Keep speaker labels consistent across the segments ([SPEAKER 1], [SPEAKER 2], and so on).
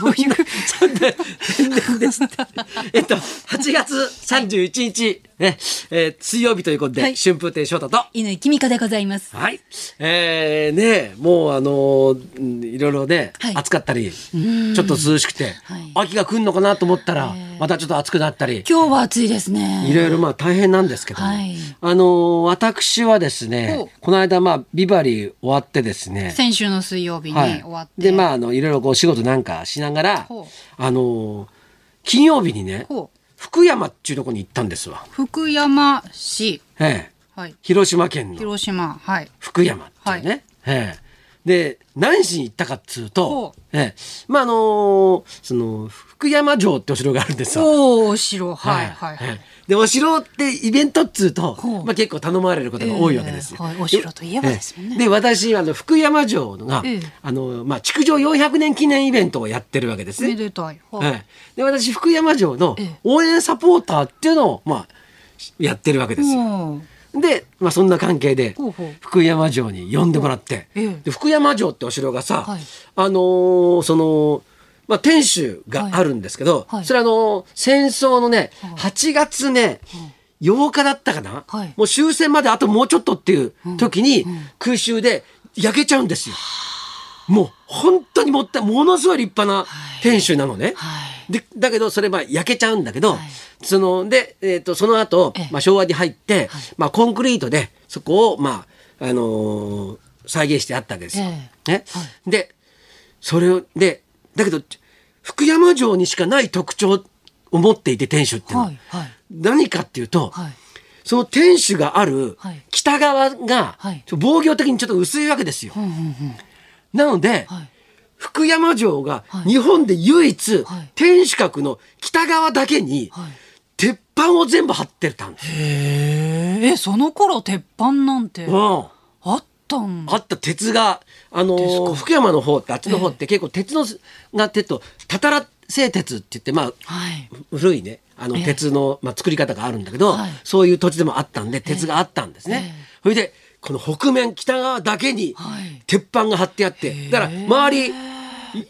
[SPEAKER 1] どういう
[SPEAKER 2] 宣伝宣伝ですって。 えっと、8月31日、ね、えー水曜日ということで、
[SPEAKER 1] はい
[SPEAKER 2] 春風亭昇太と。
[SPEAKER 1] 犬井君香でございます。
[SPEAKER 2] はい。えー、ねもうあのーうんいろいろね、
[SPEAKER 1] はい
[SPEAKER 2] 暑かったり、ちょっと涼しくて、
[SPEAKER 1] はい
[SPEAKER 2] 秋が来るのかなと思ったら
[SPEAKER 1] え、ー
[SPEAKER 2] またちょっと暑くなったり、
[SPEAKER 1] 今日は暑いですね。
[SPEAKER 2] いろいろまあ大変なんですけども、
[SPEAKER 1] はい
[SPEAKER 2] あのー私はです
[SPEAKER 1] ほう
[SPEAKER 2] ね、この間まあ、ビバリー終わってですね、
[SPEAKER 1] 先週の水曜日に
[SPEAKER 2] はい
[SPEAKER 1] 終わって、
[SPEAKER 2] でまああのいろいろこう仕事なんかしながら
[SPEAKER 1] ほう
[SPEAKER 2] あのー金曜日にね
[SPEAKER 1] ほう
[SPEAKER 2] 福山っちゅうとこに行ったんですわ、
[SPEAKER 1] 福山市、
[SPEAKER 2] ええ、
[SPEAKER 1] はい、
[SPEAKER 2] 広島県の
[SPEAKER 1] 広島、はい、
[SPEAKER 2] 福山っていうね、ええ、で何しに行ったかっつう
[SPEAKER 1] ほ
[SPEAKER 2] と、ええ、まああのーその福山城ってお城があるんですわ。
[SPEAKER 1] おお、お城、はい、はい、は
[SPEAKER 2] え
[SPEAKER 1] い
[SPEAKER 2] え。でお城ってイベントっつうと
[SPEAKER 1] ほう
[SPEAKER 2] まあ、結構頼まれることが多いわけですよ。
[SPEAKER 1] ええはいお城といえばですもんね
[SPEAKER 2] で私あの福山城が、
[SPEAKER 1] ええ
[SPEAKER 2] あのまあ、築城400年記念イベントをやってるわけです
[SPEAKER 1] め
[SPEAKER 2] ね。
[SPEAKER 1] でたい、はい、
[SPEAKER 2] はい、で私福山城の
[SPEAKER 1] ええ
[SPEAKER 2] 応援サポーターっていうのを、まあ、やってるわけですよ。
[SPEAKER 1] おー
[SPEAKER 2] で、まあ、そんな関係で
[SPEAKER 1] ほうほう
[SPEAKER 2] 福山城に呼んでもらって、
[SPEAKER 1] ええ
[SPEAKER 2] で福山城ってお城がさ、
[SPEAKER 1] はい
[SPEAKER 2] あのーその、まあ、天守があるんですけど、
[SPEAKER 1] はいはい
[SPEAKER 2] それはあのー戦争のね
[SPEAKER 1] はい
[SPEAKER 2] 8月ね、8日だったかな、
[SPEAKER 1] はい
[SPEAKER 2] もう終戦まであともうちょっとっていう時に、空襲で焼けちゃうんですよ。もう本当にもったいものすごい立派な天守なのね。
[SPEAKER 1] はい、
[SPEAKER 2] でだけどそれまあ焼けちゃうんだけど、
[SPEAKER 1] はい
[SPEAKER 2] そので、えー、とその後、
[SPEAKER 1] ええ
[SPEAKER 2] まあ昭和に入って、
[SPEAKER 1] はい
[SPEAKER 2] まあ、コンクリートでそこを、まああのー再現してあったわけですよ。
[SPEAKER 1] え
[SPEAKER 2] ね
[SPEAKER 1] は
[SPEAKER 2] でそれをでだけど福山城にしかない特徴を持っていて天守っていうのは、
[SPEAKER 1] はい、はい、
[SPEAKER 2] 何かっていうと、
[SPEAKER 1] はい、
[SPEAKER 2] その天守がある
[SPEAKER 1] はい
[SPEAKER 2] 北側が、
[SPEAKER 1] はい
[SPEAKER 2] 防御的にちょっと薄いわけですよ。
[SPEAKER 1] うん、うん、うん、
[SPEAKER 2] なので、
[SPEAKER 1] はい、
[SPEAKER 2] 福山城が
[SPEAKER 1] はい
[SPEAKER 2] 日本で唯一、
[SPEAKER 1] はい
[SPEAKER 2] 天守閣の北側だけに
[SPEAKER 1] はい。
[SPEAKER 2] 鉄板を全部張ってたんです。
[SPEAKER 1] へえ、その頃鉄板なんて
[SPEAKER 2] うん、あ
[SPEAKER 1] あったんだ。
[SPEAKER 2] った鉄があのー
[SPEAKER 1] ですか
[SPEAKER 2] 福山の方ってあっちの方って結構鉄のが鉄とたたら製鉄って言ってまあ
[SPEAKER 1] はい、
[SPEAKER 2] 古いねあの
[SPEAKER 1] ええ
[SPEAKER 2] 鉄の、まあ、作り方があるんだけど、
[SPEAKER 1] はい
[SPEAKER 2] そういう土地でもあったんで鉄があったんですね。
[SPEAKER 1] ええ
[SPEAKER 2] それでこの北面北側だけに
[SPEAKER 1] はい
[SPEAKER 2] 鉄板が張ってあって、
[SPEAKER 1] え
[SPEAKER 2] だから周り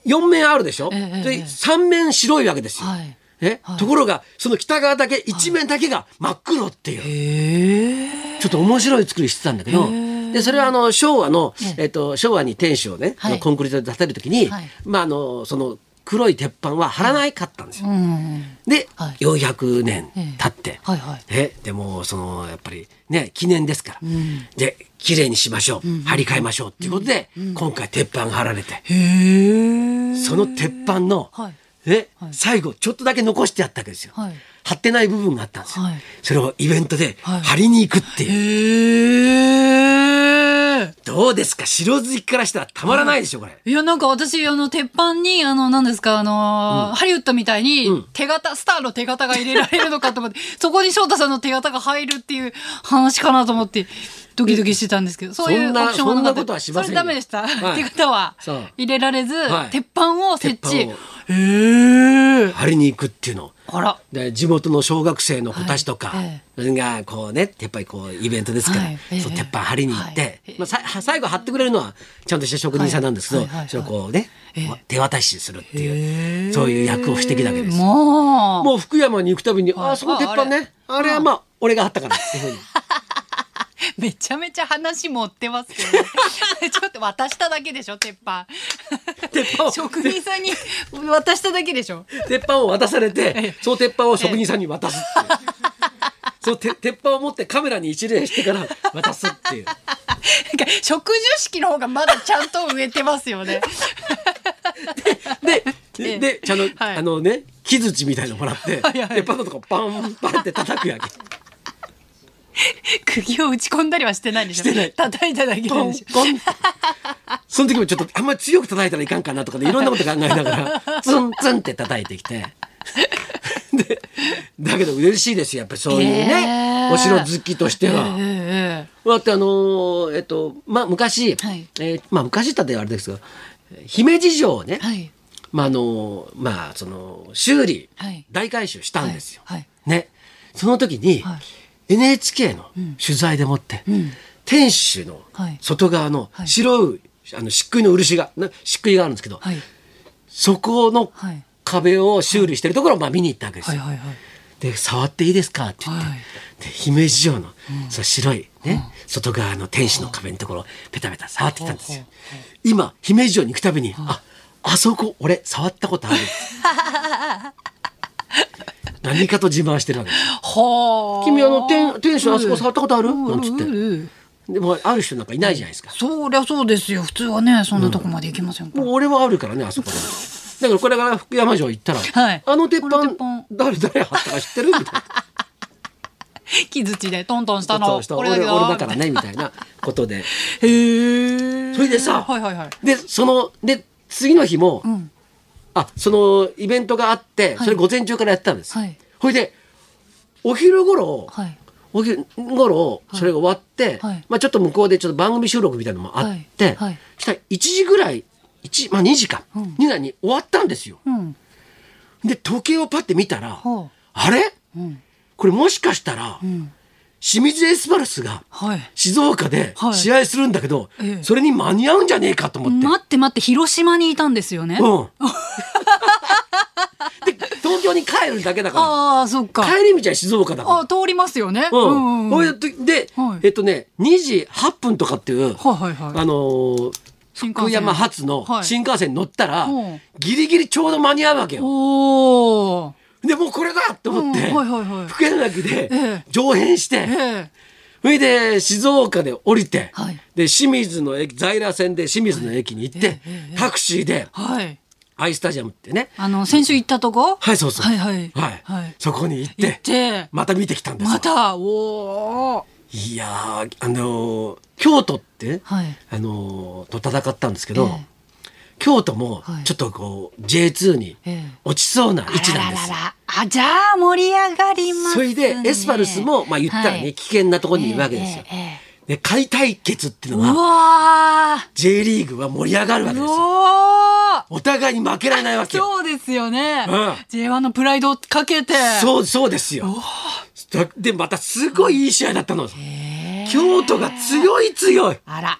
[SPEAKER 2] 4面あるでしょ、
[SPEAKER 1] ええ
[SPEAKER 2] それ3面白いわけですよ。
[SPEAKER 1] はい
[SPEAKER 2] え
[SPEAKER 1] はい
[SPEAKER 2] ところがその北側だけ一面だけが真っ黒っていう、
[SPEAKER 1] へえ。
[SPEAKER 2] ちょっと面白い作りしてたんだけど
[SPEAKER 1] へー
[SPEAKER 2] でそれはあの昭和の
[SPEAKER 1] え、え
[SPEAKER 2] えっと昭和に天守をね、
[SPEAKER 1] はい
[SPEAKER 2] あのコンクリートで建てる時に、
[SPEAKER 1] はい
[SPEAKER 2] まあ、あのその黒い鉄板は張らないかったんですよ。
[SPEAKER 1] うん。
[SPEAKER 2] で、
[SPEAKER 1] はい
[SPEAKER 2] 400年
[SPEAKER 1] ええ
[SPEAKER 2] 経って、
[SPEAKER 1] はいはい
[SPEAKER 2] ねでもそのやっぱりね記念ですから、
[SPEAKER 1] ん
[SPEAKER 2] で綺麗にしましょう、張り替えましょうっていうことで、今回鉄板が張られて、
[SPEAKER 1] へえ。
[SPEAKER 2] その鉄板の、
[SPEAKER 1] はい
[SPEAKER 2] ね
[SPEAKER 1] はい
[SPEAKER 2] 最後ちょっとだけ残してあったわけですよ、
[SPEAKER 1] はい
[SPEAKER 2] 張ってない部分があったんですよ、
[SPEAKER 1] はい
[SPEAKER 2] それをイベントで
[SPEAKER 1] はい
[SPEAKER 2] 張りに行くっていう、
[SPEAKER 1] へえ。
[SPEAKER 2] どうですか白好きからしたらたまらないでしょこれ、
[SPEAKER 1] いや、なんか私、あの、鉄板に、あの、何ですか、あのーハリウッドみたいに、手形、スターの手形が入れられるのかと 思って、そこに翔太さんの手形が入るっていう話かなと思って、ドキドキしてたんですけど、そうい
[SPEAKER 2] そん
[SPEAKER 1] うオ
[SPEAKER 2] な
[SPEAKER 1] プションはなかっ
[SPEAKER 2] そんな
[SPEAKER 1] た
[SPEAKER 2] ことはしません
[SPEAKER 1] そ
[SPEAKER 2] よ
[SPEAKER 1] れダメでした。
[SPEAKER 2] はい
[SPEAKER 1] 手形は
[SPEAKER 2] そう
[SPEAKER 1] 入れられず、
[SPEAKER 2] はい
[SPEAKER 1] 鉄板を設置。
[SPEAKER 2] 鉄板を
[SPEAKER 1] へえ。
[SPEAKER 2] 張りに行くっていうのを
[SPEAKER 1] あら。
[SPEAKER 2] で地元の小学生の子たちとか、
[SPEAKER 1] はいえ
[SPEAKER 2] それがこうねやっぱりこうイベントですから、
[SPEAKER 1] はいええ
[SPEAKER 2] そう鉄板張りに行って、
[SPEAKER 1] はいええ
[SPEAKER 2] まあ、さ最後張ってくれるのはちゃんとした職人さんなんですけど、
[SPEAKER 1] はいはいはいはい
[SPEAKER 2] それをこうね、
[SPEAKER 1] ええ
[SPEAKER 2] 手渡しするっていうそういう役をしてきたわけです。もう
[SPEAKER 1] もう。
[SPEAKER 2] 福山に行くたびに「
[SPEAKER 1] はい
[SPEAKER 2] ああそこ鉄板ねあれはまあ俺が張ったから」っていうふう に
[SPEAKER 1] めちゃめちゃ話持ってますけど、ね、 ちょっと渡しただけでしょ鉄板
[SPEAKER 2] 鉄板を
[SPEAKER 1] 職人さんに渡しただけでしょ
[SPEAKER 2] 鉄板を渡され
[SPEAKER 1] え
[SPEAKER 2] てその鉄板を職人さんに渡すっていう。そのて 鉄板を持ってカメラに一礼してから渡すっていう。
[SPEAKER 1] なんか植樹式の方がまだちゃんと植えてますよ ね
[SPEAKER 2] で、
[SPEAKER 1] ええ
[SPEAKER 2] でで、ちゃんと、
[SPEAKER 1] はい
[SPEAKER 2] あのね、木槌みたいのもらって、
[SPEAKER 1] はいはい
[SPEAKER 2] で、パタとかバンバンって叩くやけ。
[SPEAKER 1] 釘を打ち込んだりはしてないでしょ
[SPEAKER 2] してない
[SPEAKER 1] 叩いただけ
[SPEAKER 2] コ
[SPEAKER 1] なん
[SPEAKER 2] ン
[SPEAKER 1] でしょ
[SPEAKER 2] コンって。その時もちょっと、あんまり強く叩いたらいかんかなとかね、いろんなこと考えなが ら、ツンツンって叩いてきて。 で、だけど嬉しいですよ、やっぱりそういうね、
[SPEAKER 1] ええ
[SPEAKER 2] お城好きとしては。
[SPEAKER 1] ええ
[SPEAKER 2] だってあのーえっと、まあ、昔、
[SPEAKER 1] はい
[SPEAKER 2] えーまあ、昔だってあれですけど、姫路城をね、
[SPEAKER 1] はい
[SPEAKER 2] まああのまあその修理、
[SPEAKER 1] はい
[SPEAKER 2] 大改修したんですよ。
[SPEAKER 1] はい
[SPEAKER 2] ねその時に、
[SPEAKER 1] は
[SPEAKER 2] NHK の取材でもって、天守の
[SPEAKER 1] はい
[SPEAKER 2] 外側の
[SPEAKER 1] はい
[SPEAKER 2] 白い、あの漆喰の漆がな漆喰があるんですけど、
[SPEAKER 1] はい
[SPEAKER 2] そこの
[SPEAKER 1] はい
[SPEAKER 2] 壁を修理してるところをまあ見に行ったわけです
[SPEAKER 1] はい
[SPEAKER 2] よ。
[SPEAKER 1] はいはい。
[SPEAKER 2] で触っていいですかって言って、
[SPEAKER 1] はい
[SPEAKER 2] で姫路城の、その白いね、外側の天使の壁のところをペタペタ触ってきたんですよ。今姫路城に行くたびに、ああそこ俺触ったことある。 何かと自慢してるわけですよ。
[SPEAKER 1] はあ。
[SPEAKER 2] 君あの天天使のあそこ触ったことある？なんつって。
[SPEAKER 1] て。
[SPEAKER 2] でもある人なんかいないじゃないですか。
[SPEAKER 1] そりゃそうですよ。普通はね、そんなとこまで行きませんから。
[SPEAKER 2] もう俺はあるからねあそこで。だからこれから福山城行ったら、
[SPEAKER 1] はい
[SPEAKER 2] あの鉄板
[SPEAKER 1] この鉄板
[SPEAKER 2] 誰誰貼ったか知ってるみたい な。
[SPEAKER 1] 木槌でトントンした
[SPEAKER 2] そう
[SPEAKER 1] の。
[SPEAKER 2] そう
[SPEAKER 1] これ
[SPEAKER 2] 俺
[SPEAKER 1] だけ
[SPEAKER 2] 俺だから。 ねみたいなことで。
[SPEAKER 1] へえ。
[SPEAKER 2] それでさ
[SPEAKER 1] はいはいはい。
[SPEAKER 2] でそので次の日も、
[SPEAKER 1] うん。
[SPEAKER 2] あそのイベントがあって
[SPEAKER 1] い
[SPEAKER 2] それ午前中からやってたんです。
[SPEAKER 1] はい
[SPEAKER 2] ほいでお昼頃、
[SPEAKER 1] はい。
[SPEAKER 2] お昼頃それが終わって、
[SPEAKER 1] はい
[SPEAKER 2] まあちょっと向こうでちょっと番組収録みたいなのもあって、
[SPEAKER 1] はいはい
[SPEAKER 2] したら1時ぐらい1まあ2時間、
[SPEAKER 1] うん
[SPEAKER 2] 2時に終わったんですよ。
[SPEAKER 1] うん。
[SPEAKER 2] で時計をパッて見たら、
[SPEAKER 1] は
[SPEAKER 2] あれ
[SPEAKER 1] あ。うん。
[SPEAKER 2] これもしかしたら、
[SPEAKER 1] うん。
[SPEAKER 2] 清水エスパルスが
[SPEAKER 1] はい。
[SPEAKER 2] 静岡で
[SPEAKER 1] はい
[SPEAKER 2] 試合するんだけど、
[SPEAKER 1] ええ
[SPEAKER 2] それに間に合うんじゃねえかと思って。
[SPEAKER 1] 待って待って、広島にいたんですよ ね。
[SPEAKER 2] うん。で東京に帰るだけだか。。
[SPEAKER 1] ああ、そっから
[SPEAKER 2] 帰り道は静岡だか
[SPEAKER 1] あ、通りますよね。
[SPEAKER 2] ら。うん。
[SPEAKER 1] うん。
[SPEAKER 2] ほ
[SPEAKER 1] はいい
[SPEAKER 2] でで、
[SPEAKER 1] はい
[SPEAKER 2] えっとね2時8分とかっていう、
[SPEAKER 1] はいは
[SPEAKER 2] あのー
[SPEAKER 1] 新幹線
[SPEAKER 2] 福山発の
[SPEAKER 1] はい
[SPEAKER 2] 新幹線に乗ったら、
[SPEAKER 1] うん
[SPEAKER 2] ギリギリちょうど間に合うわけ
[SPEAKER 1] い。
[SPEAKER 2] よ。
[SPEAKER 1] おお。
[SPEAKER 2] でもうこれだと思って、
[SPEAKER 1] うんはいはいはい
[SPEAKER 2] 福山駅
[SPEAKER 1] え
[SPEAKER 2] で上編して。
[SPEAKER 1] ええ。
[SPEAKER 2] それで静岡で降りて、
[SPEAKER 1] はい
[SPEAKER 2] で清水の駅在来線で清水の駅に行って、
[SPEAKER 1] はいええええ
[SPEAKER 2] タクシーで
[SPEAKER 1] はい。
[SPEAKER 2] アイスタジアムってね
[SPEAKER 1] あの、先週行ったとこ
[SPEAKER 2] はいそうそう
[SPEAKER 1] はいはい。
[SPEAKER 2] はい
[SPEAKER 1] はい。
[SPEAKER 2] そこに行って
[SPEAKER 1] 行って、
[SPEAKER 2] また見てきたんですよ
[SPEAKER 1] また、おお。
[SPEAKER 2] いやーあのー京都って、
[SPEAKER 1] はい。
[SPEAKER 2] あのーと戦ったんですけど、
[SPEAKER 1] ええ
[SPEAKER 2] 京都も
[SPEAKER 1] はい
[SPEAKER 2] ちょっとこう J2 に
[SPEAKER 1] ええ
[SPEAKER 2] 落ちそうな位置なん
[SPEAKER 1] あら
[SPEAKER 2] ですよ
[SPEAKER 1] らららあじゃあ盛り上がりますね。
[SPEAKER 2] それでエスパルスも、まあ、言ったらね、
[SPEAKER 1] はい
[SPEAKER 2] 危険なところにいるわけですよ。
[SPEAKER 1] ええええ
[SPEAKER 2] で解体決っていう
[SPEAKER 1] う
[SPEAKER 2] のは
[SPEAKER 1] わ
[SPEAKER 2] J リーグは盛り上がるわ
[SPEAKER 1] ー
[SPEAKER 2] け
[SPEAKER 1] う
[SPEAKER 2] ですよ。
[SPEAKER 1] わー
[SPEAKER 2] お互いに負けられないわけよ。
[SPEAKER 1] そうですよね。
[SPEAKER 2] うん
[SPEAKER 1] J1 のプライドをかけて。う。
[SPEAKER 2] そうそうですよ。だでまたすごいいい試合だったの。京都が強い強い
[SPEAKER 1] あら、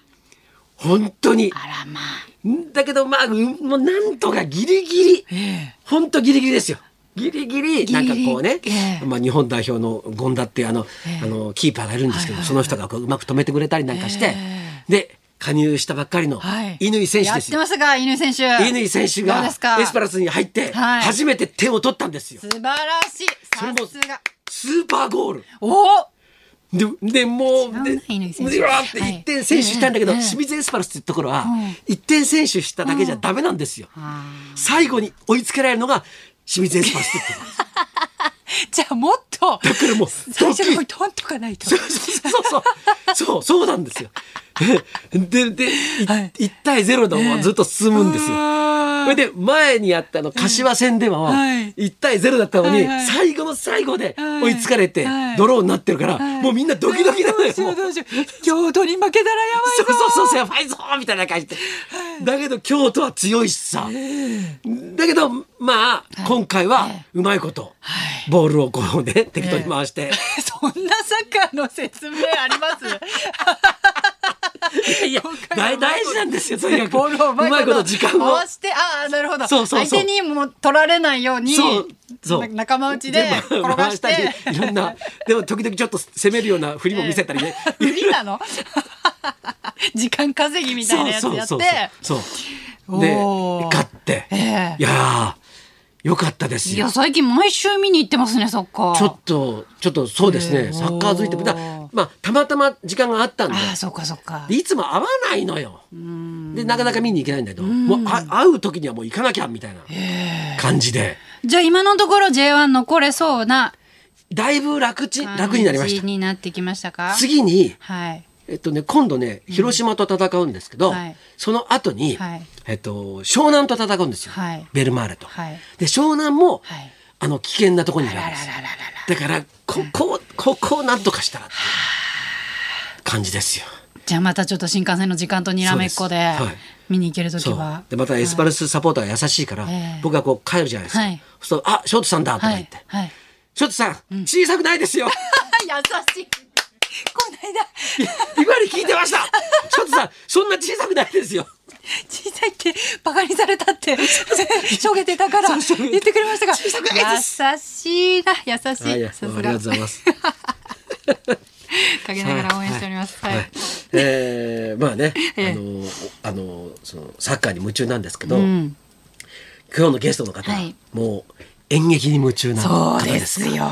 [SPEAKER 2] 本当に
[SPEAKER 1] あらまあ。
[SPEAKER 2] んだけどまあうんもうなんとかギリギリ
[SPEAKER 1] え
[SPEAKER 2] 本当ギリギリですよ。ギリギリ
[SPEAKER 1] ギリ
[SPEAKER 2] なんかこうね、
[SPEAKER 1] ええ
[SPEAKER 2] まあ、日本代表の権田っていうあの,、
[SPEAKER 1] ええ
[SPEAKER 2] あのキーパーがいるんですけど、
[SPEAKER 1] はいはいはい
[SPEAKER 2] その人がこううまく止めてくれたりなんかして、
[SPEAKER 1] え
[SPEAKER 2] で加入したばっかりの
[SPEAKER 1] えはい。
[SPEAKER 2] 乾選手です
[SPEAKER 1] や
[SPEAKER 2] よ。
[SPEAKER 1] ってますか、乾選手。
[SPEAKER 2] 乾選手
[SPEAKER 1] どう
[SPEAKER 2] が
[SPEAKER 1] ですか
[SPEAKER 2] エスパルスに入って
[SPEAKER 1] はい
[SPEAKER 2] 初めて点を取ったんですよ。
[SPEAKER 1] 素晴らしい。
[SPEAKER 2] それ
[SPEAKER 1] さ
[SPEAKER 2] も
[SPEAKER 1] すが。
[SPEAKER 2] スーパーゴール
[SPEAKER 1] おお
[SPEAKER 2] ででも
[SPEAKER 1] 知ら
[SPEAKER 2] う
[SPEAKER 1] ない
[SPEAKER 2] で
[SPEAKER 1] 乾選手
[SPEAKER 2] うわーって
[SPEAKER 1] はい
[SPEAKER 2] 1点選手したんだけど、
[SPEAKER 1] ええええ
[SPEAKER 2] 清水エスパルスってところは
[SPEAKER 1] うん
[SPEAKER 2] 1点選手しただけじゃダメなんですよ、最後に追いつけられるのが清水エスパルスってところ
[SPEAKER 1] じゃあもっと、
[SPEAKER 2] だからもう
[SPEAKER 1] 最
[SPEAKER 2] ドキ
[SPEAKER 1] 初の
[SPEAKER 2] ッ
[SPEAKER 1] これ取っとかないと
[SPEAKER 2] そ。うそうそうそうそうなんですよでで、い
[SPEAKER 1] はい
[SPEAKER 2] 1対0のままずっと進むんですよ、
[SPEAKER 1] よ
[SPEAKER 2] それで前にやったあの柏戦でも
[SPEAKER 1] はい
[SPEAKER 2] 1対0だったの
[SPEAKER 1] は
[SPEAKER 2] に
[SPEAKER 1] いはい
[SPEAKER 2] 最後の最後で追いつかれて
[SPEAKER 1] はい
[SPEAKER 2] ドローになってるからもうみんなドキドキなのよ
[SPEAKER 1] どうしよう
[SPEAKER 2] もう
[SPEAKER 1] どうしよう京都に負けたらやばい
[SPEAKER 2] そうそうそうそうやばいぞみたいな感じでだけど京都は強いしさだけどまあ今回はうまいことボールをこうね適当に回して
[SPEAKER 1] そんなサッカーの説明あります
[SPEAKER 2] いや
[SPEAKER 1] 今回
[SPEAKER 2] 大
[SPEAKER 1] は
[SPEAKER 2] 大事なんですよとにかく
[SPEAKER 1] ボールを
[SPEAKER 2] うまいこと時間を
[SPEAKER 1] 回してああなるほど
[SPEAKER 2] そうそうそう
[SPEAKER 1] 相手にも取られないように
[SPEAKER 2] そうそう
[SPEAKER 1] な仲間内で転が
[SPEAKER 2] 回
[SPEAKER 1] して
[SPEAKER 2] したりいろんなでも時々ちょっと攻めるような振りも見せたりね、
[SPEAKER 1] 無理なの時間稼ぎみたいなやつやって
[SPEAKER 2] そうそうそうで
[SPEAKER 1] おー
[SPEAKER 2] 勝って、
[SPEAKER 1] ええ
[SPEAKER 2] いやーよかったです
[SPEAKER 1] い
[SPEAKER 2] よ
[SPEAKER 1] や最近毎週見に行ってますねサッカー
[SPEAKER 2] ちょっとちょっとそうですね、
[SPEAKER 1] ええ
[SPEAKER 2] サッカー付いてだまあたまたま時間があったんで
[SPEAKER 1] ああそうかそうか
[SPEAKER 2] でいつも会わないのよでなかなか見に行けないんだけどもうあ会う時にはもう行かなきゃみたいな感じで
[SPEAKER 1] じゃあ今のところ J1 残れそうな
[SPEAKER 2] だいぶ楽ち
[SPEAKER 1] 感
[SPEAKER 2] 楽になりまし
[SPEAKER 1] じになってきました
[SPEAKER 2] た
[SPEAKER 1] か
[SPEAKER 2] 次に
[SPEAKER 1] はい
[SPEAKER 2] えっとね、今度ね広島と戦うんですけど、
[SPEAKER 1] はい
[SPEAKER 2] その後に、
[SPEAKER 1] はい
[SPEAKER 2] えっと、湘南と戦うんですよ、
[SPEAKER 1] はい
[SPEAKER 2] ベルマーレと。
[SPEAKER 1] はい
[SPEAKER 2] で湘南も、
[SPEAKER 1] はい
[SPEAKER 2] あの危険なところにいるわ
[SPEAKER 1] あ
[SPEAKER 2] け
[SPEAKER 1] ら
[SPEAKER 2] で
[SPEAKER 1] ら
[SPEAKER 2] す
[SPEAKER 1] ららら
[SPEAKER 2] だからここをここをなんとかしたらって感じですよ。
[SPEAKER 1] じゃあまたちょっと新幹線の時間とにらめっこで
[SPEAKER 2] そうですはい
[SPEAKER 1] 見に行ける時
[SPEAKER 2] そう
[SPEAKER 1] は
[SPEAKER 2] でまたエスパルスサポーターが優しいから、
[SPEAKER 1] ええ
[SPEAKER 2] 僕がこう帰るじゃないですか。
[SPEAKER 1] はい
[SPEAKER 2] そうあショートさんだとか
[SPEAKER 1] は
[SPEAKER 2] 言っ
[SPEAKER 1] い
[SPEAKER 2] て、
[SPEAKER 1] はい
[SPEAKER 2] ショートさん、小さくないですよ
[SPEAKER 1] 優しい この間
[SPEAKER 2] 今まで聞いてましたショートさんそんな小さくないですよ
[SPEAKER 1] 小さいってバカにされた ってしょげてたから言
[SPEAKER 2] そうしょげて
[SPEAKER 1] ってくれましたが
[SPEAKER 2] 小さくないです
[SPEAKER 1] 優しいな優し
[SPEAKER 2] あい
[SPEAKER 1] い
[SPEAKER 2] やあ
[SPEAKER 1] さ
[SPEAKER 2] り
[SPEAKER 1] す
[SPEAKER 2] がと
[SPEAKER 1] が
[SPEAKER 2] うございます。
[SPEAKER 1] 陰ながら応援しております
[SPEAKER 2] は
[SPEAKER 1] はいい
[SPEAKER 2] えーまあね、あ
[SPEAKER 1] ええ
[SPEAKER 2] の、あの、そのサッカーに夢中なんですけど、
[SPEAKER 1] うん
[SPEAKER 2] 今日のゲストの方、
[SPEAKER 1] はい
[SPEAKER 2] もう演劇に夢中な
[SPEAKER 1] そ
[SPEAKER 2] 方
[SPEAKER 1] うで
[SPEAKER 2] です
[SPEAKER 1] すよ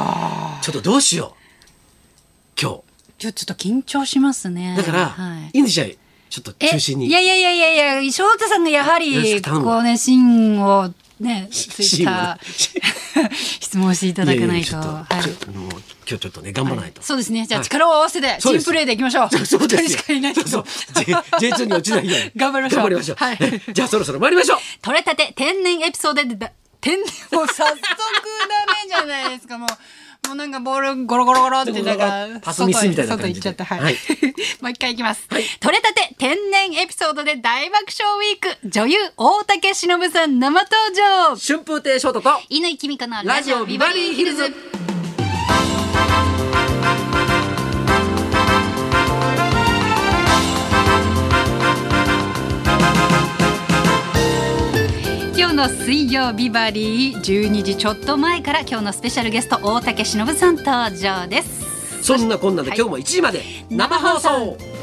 [SPEAKER 2] ちょっとどうしよう。今
[SPEAKER 1] ちょちょっと緊張しますね
[SPEAKER 2] 日。だから、
[SPEAKER 1] は
[SPEAKER 2] い、
[SPEAKER 1] い
[SPEAKER 2] いんでしょうちょっと
[SPEAKER 1] え
[SPEAKER 2] 中心に。
[SPEAKER 1] いやいやいやいやいや翔太さんがやは
[SPEAKER 2] よろしく
[SPEAKER 1] り
[SPEAKER 2] 頼む
[SPEAKER 1] こうね芯をねツイッ
[SPEAKER 2] 芯をね
[SPEAKER 1] ター 質問していただかないと
[SPEAKER 2] やや
[SPEAKER 1] はい
[SPEAKER 2] ちょっと、ちょっともう今日ちょっとね頑張らないと。
[SPEAKER 1] そうですねじゃあ
[SPEAKER 2] はい
[SPEAKER 1] 力を合わせてチ
[SPEAKER 2] そう
[SPEAKER 1] ー
[SPEAKER 2] で
[SPEAKER 1] ム
[SPEAKER 2] す
[SPEAKER 1] プレーでいきましょう
[SPEAKER 2] そうそうです
[SPEAKER 1] 一人しかいないけど
[SPEAKER 2] そうそう J- J2 に落ちないように
[SPEAKER 1] 頑張りましょう
[SPEAKER 2] 頑張りましょう。
[SPEAKER 1] はい
[SPEAKER 2] えじゃあそろそろ参りましょう。
[SPEAKER 1] 取れたて天然エピソードでだ天然もう早速ダメじゃないですかもうもうなんかボールゴロゴロゴロってなんか
[SPEAKER 2] パスミスみたいな
[SPEAKER 1] 外
[SPEAKER 2] 感
[SPEAKER 1] に
[SPEAKER 2] じで
[SPEAKER 1] 外行っちゃったはい、
[SPEAKER 2] はい
[SPEAKER 1] もう一回いきます、取れたて天然エピソードで大爆笑ウィーク女優大竹しのぶさん生登場
[SPEAKER 2] 春風亭昇太と
[SPEAKER 1] 乾きみかの
[SPEAKER 2] ラ
[SPEAKER 1] ラ
[SPEAKER 2] ジ
[SPEAKER 1] ジ
[SPEAKER 2] オ
[SPEAKER 1] オ
[SPEAKER 2] ビ
[SPEAKER 1] ビ
[SPEAKER 2] バ
[SPEAKER 1] バ
[SPEAKER 2] リ
[SPEAKER 1] リ
[SPEAKER 2] ー
[SPEAKER 1] ー
[SPEAKER 2] ヒ
[SPEAKER 1] ヒ
[SPEAKER 2] ル
[SPEAKER 1] ル
[SPEAKER 2] ズ
[SPEAKER 1] ズ今日の水曜ビバリー12時ちょっと前から今日のスペシャルゲスト大竹しのぶさん登場です
[SPEAKER 2] そんなこんなで
[SPEAKER 1] はい
[SPEAKER 2] 今日も1時まで生放送。